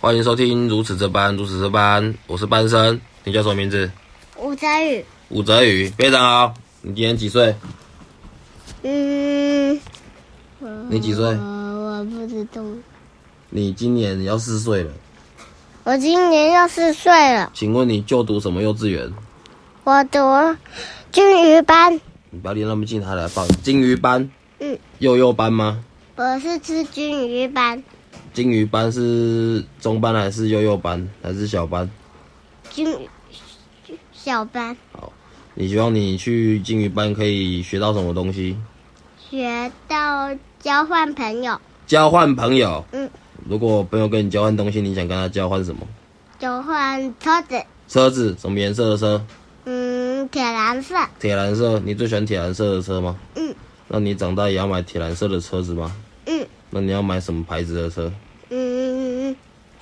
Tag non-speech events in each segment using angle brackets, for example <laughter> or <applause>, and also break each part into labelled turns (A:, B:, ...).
A: 欢迎收听《如此这般，如此这般》，我是班生，你叫什么名字？
B: 吴泽宇，
A: 武泽宇，非常好。你今年几岁？
B: 嗯，
A: 你几岁？
B: 我呃我不知道，
A: 你今年你要四岁了。
B: 我今年要四岁了，
A: 请问你就读什么幼稚园？
B: 我读军娱班，
A: 你不要离那么近，他来报。金鱼班、
B: 嗯，
A: 幼幼班吗？
B: 我是吃军娱班，
A: 金鱼班是中班还是幼幼班还是小班？
B: 军小班
A: 你希望你去金鱼班可以学到什么东西？
B: 学到交换朋友，
A: 交换朋友。
B: 嗯，
A: 如果朋友跟你交换东西，你想跟他交换什么？
B: 交换车子，
A: 车子什么颜色的车？
B: 嗯，铁蓝色，
A: 铁蓝色。你最喜欢铁蓝色的车吗？
B: 嗯
A: 那你长大也要买铁蓝色的车子吗？
B: 嗯
A: 那你要买什么牌子的车？
B: 嗯，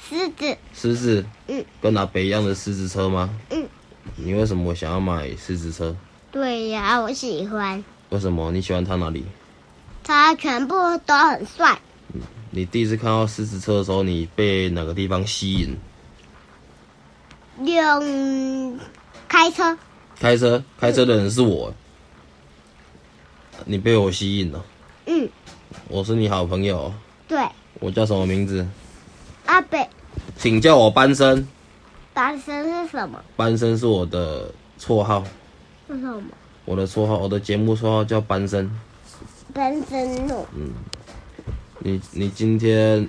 B: 狮子，
A: 狮子。
B: 嗯。
A: 跟阿北一样的狮子车吗？
B: 嗯，
A: 你为什么想要买狮子车？
B: 对呀、我喜欢，
A: 为什么？你喜欢它哪里？
B: 他全部都很帅，
A: 你第一次看到狮子车的时候，你被哪个地方吸引？
B: 用开车，
A: 开车，开车的人是我。你被我吸引了，
B: 嗯，
A: 我是你好朋友，
B: 对，
A: 我叫什么名字？
B: 阿北。
A: 请叫我班生，
B: 单身是什么？
A: 班生是我的绰号，
B: 是什么？
A: 我的绰号，我的节目绰号叫班生。
B: 单身路。
A: 你你今天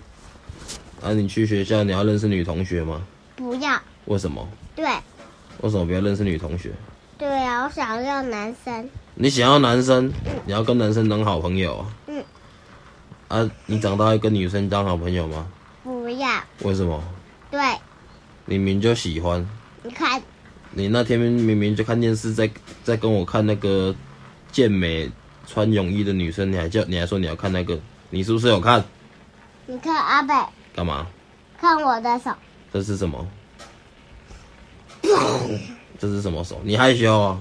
A: 啊，你去学校你要认识女同学吗？
B: 不要。
A: 为什么？
B: 对
A: 为什么不要认识女同学？
B: 对啊，我想要男生。
A: 你想要男生，你要跟男生当好朋友啊。
B: 嗯
A: 啊，你长大要跟女生当好朋友吗？
B: 不要。
A: 为什么？
B: 对，
A: 你明明就喜欢，
B: 你看，
A: 你那天明明就看电视在在跟我看那个健美穿泳衣的女生，你还叫你还说你要看那个，你是不是有看？
B: 你看阿北，
A: 干嘛？
B: 看我的手，
A: 这是什么？这是什么手？你害羞啊、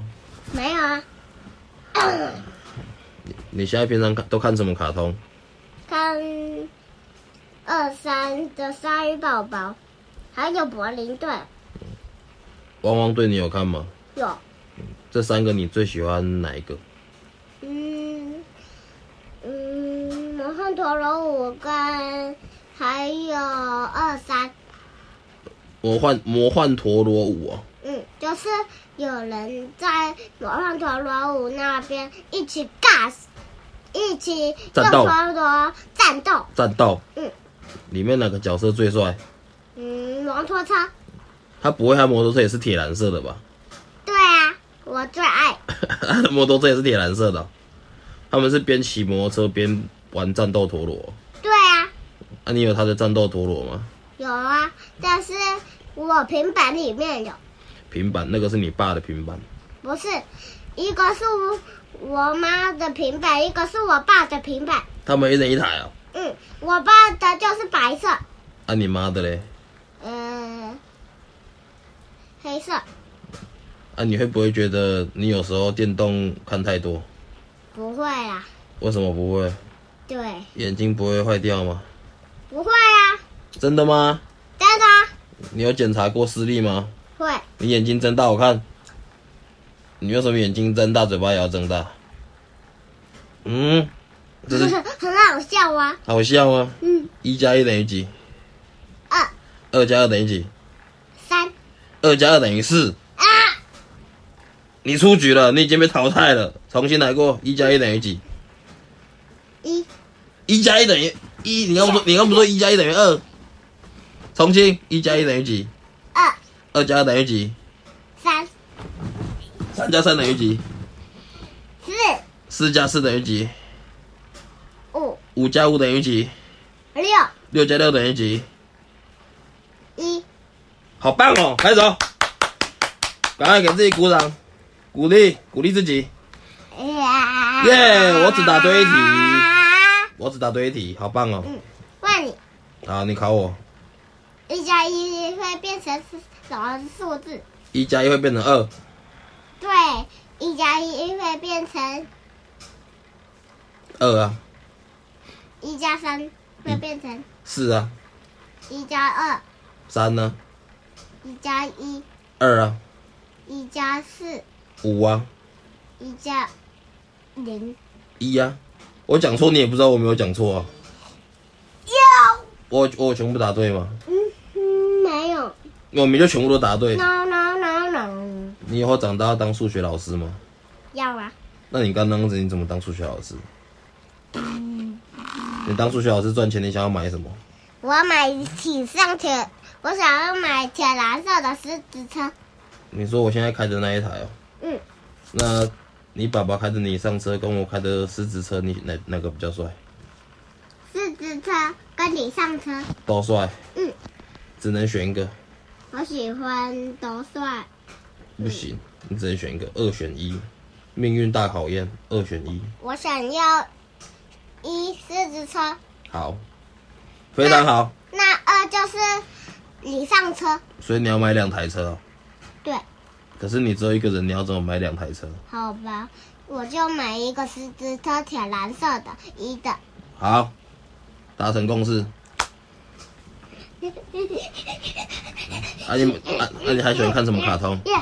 B: 没有啊？
A: 你现在平常看都看什么卡通？
B: 看二三的鲨鱼宝宝，还有柏林队，
A: 汪汪队你有看吗？
B: 有，
A: 这三个你最喜欢哪一个？
B: 嗯嗯，魔幻陀螺五跟还有二三，
A: 魔幻魔幻陀螺舞哦，
B: 嗯，就是有人在魔幻陀螺舞那边一起尬死，一起用
A: 战斗
B: 陀螺战斗。
A: 战斗。
B: 嗯。
A: 里面哪个角色最帅？
B: 嗯，摩托车，
A: 他不会他摩托车也是铁蓝色的吧？ <laughs>
B: 对啊，我最爱。
A: 他的摩托车也是铁蓝色的哦、他们是边骑摩托车边玩战斗陀螺哦。
B: 对啊，
A: 啊，你有他的战斗陀螺吗？
B: 有啊，但是我平板里面有，
A: 平板那个是你爸的平板，
B: 不是，一个是我我妈的平板，一个是我爸的平板。
A: 他们一人一台哦。
B: 嗯，我爸的就是白色，
A: 啊，你妈的嘞？
B: 呃，黑色，
A: 啊，你会不会觉得你有时候电动看太多？
B: 不会啦，
A: 为什么不会？
B: 对，
A: 眼睛不会坏掉吗？
B: 不会啊。
A: 真的吗？
B: 真的啊
A: 你有检查过视力吗？
B: 会，
A: 你眼睛睁大，我看。你为什么眼睛睁大，嘴巴也要睁大？嗯，这是
B: <laughs> 很好笑啊。
A: 好笑吗？
B: 嗯，
A: 一加一等于几？
B: 二
A: 二加二等于几？
B: 三
A: 二加二等于四。
B: 啊，
A: 你出局了，你已经被淘汰了，重新来过。一加一等于几？
B: 一
A: 一加一等于一。你刚不说，你刚不说一加一等于二？重新，一加一等于几？
B: 二
A: 二加二等于几？
B: 三
A: 三加三等于几？
B: 四
A: 四加四等于几？
B: 五
A: 五加五等于几？
B: 六
A: 六加六等于几？
B: 一，
A: 好棒哦！拍手，赶快给自己鼓掌，鼓励鼓励自己。耶、我只答对一题，
B: 啊
A: 我只答对一题，好棒哦！
B: 问你，
A: 好，你考我，
B: 一加一会变成是什么数字？
A: 一加一会变成二，
B: 对，一加一会变成
A: 二啊，
B: 一加三会变成
A: 四啊，
B: 一加二
A: 三呢？
B: 一加一，
A: 二啊，
B: 一加四，
A: 五啊，
B: 一加零。
A: 一啊。我讲错你也不知道我没有讲错啊。
B: 有，
A: 我我有全部答对吗？
B: 嗯嗯，没有。
A: 我们就全部都答对。
B: No no no no，
A: 你以后长大要当数学老师吗？
B: 要啊，
A: 那你刚那样子你怎么当数学老师？你当数学老师赚钱，你想要买什么？
B: 我要买请上铁，我想要买铁蓝色的狮子车。
A: 你说我现在开的那一台哦，
B: 嗯，
A: 那你爸爸开着你上车，跟我开的狮子车，你哪哪个比较帅？
B: 狮子车跟你上车，
A: 都帅，
B: 嗯，
A: 只能选一个，
B: 我喜欢都帅。
A: 不行，
B: 嗯
A: 你只能选一个，二选一，命运大考验，二选一。
B: 我想要一狮子车，
A: 好，非常好，
B: 那二就是你上车。
A: 所以你要买两台车哦。
B: 对，
A: 可是你只有一个人，你要怎么买两台车？
B: 好吧，我就买一个狮子车，铁蓝色的一的。
A: 啊好，达成共识。啊你们啊啊你还喜欢看什么卡通？
B: 耶、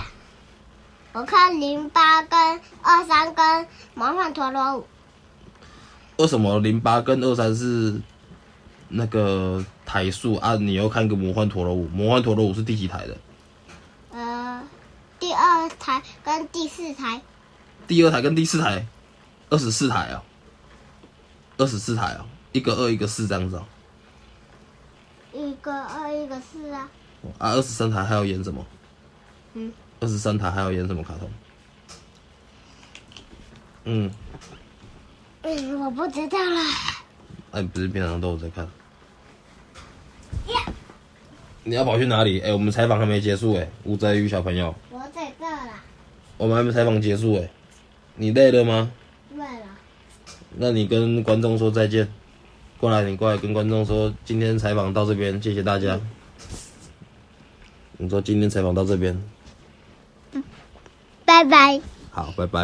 B: 我看零八跟二三跟魔幻陀螺舞，
A: 为什么零八跟二三是那个台数啊？你又看个魔幻陀螺舞，魔幻陀螺舞是第几台的？
B: 呃，第二台跟第四台，
A: 第二台跟第四台，二十四台啊、二十四台啊、一个二一个四这样子哦
B: 一个二一个四啊。
A: 啊，二十三台还要演什么？
B: 嗯，
A: 二十三台还要演什么卡通？嗯，
B: 嗯，我不知道了。
A: 哎、不是平常都有在看。
B: 耶、
A: 你要跑去哪里？哎、我们采访还没结束哎、吴泽宇小朋友，
B: 我在这啦。
A: 我们还没采访结束哎、你累了吗？
B: 对了，
A: 那你跟观众说再见，过来，你过来跟观众说，今天采访到这边，谢谢大家。你说今天采访到这边，
B: 拜拜。
A: 好，拜拜。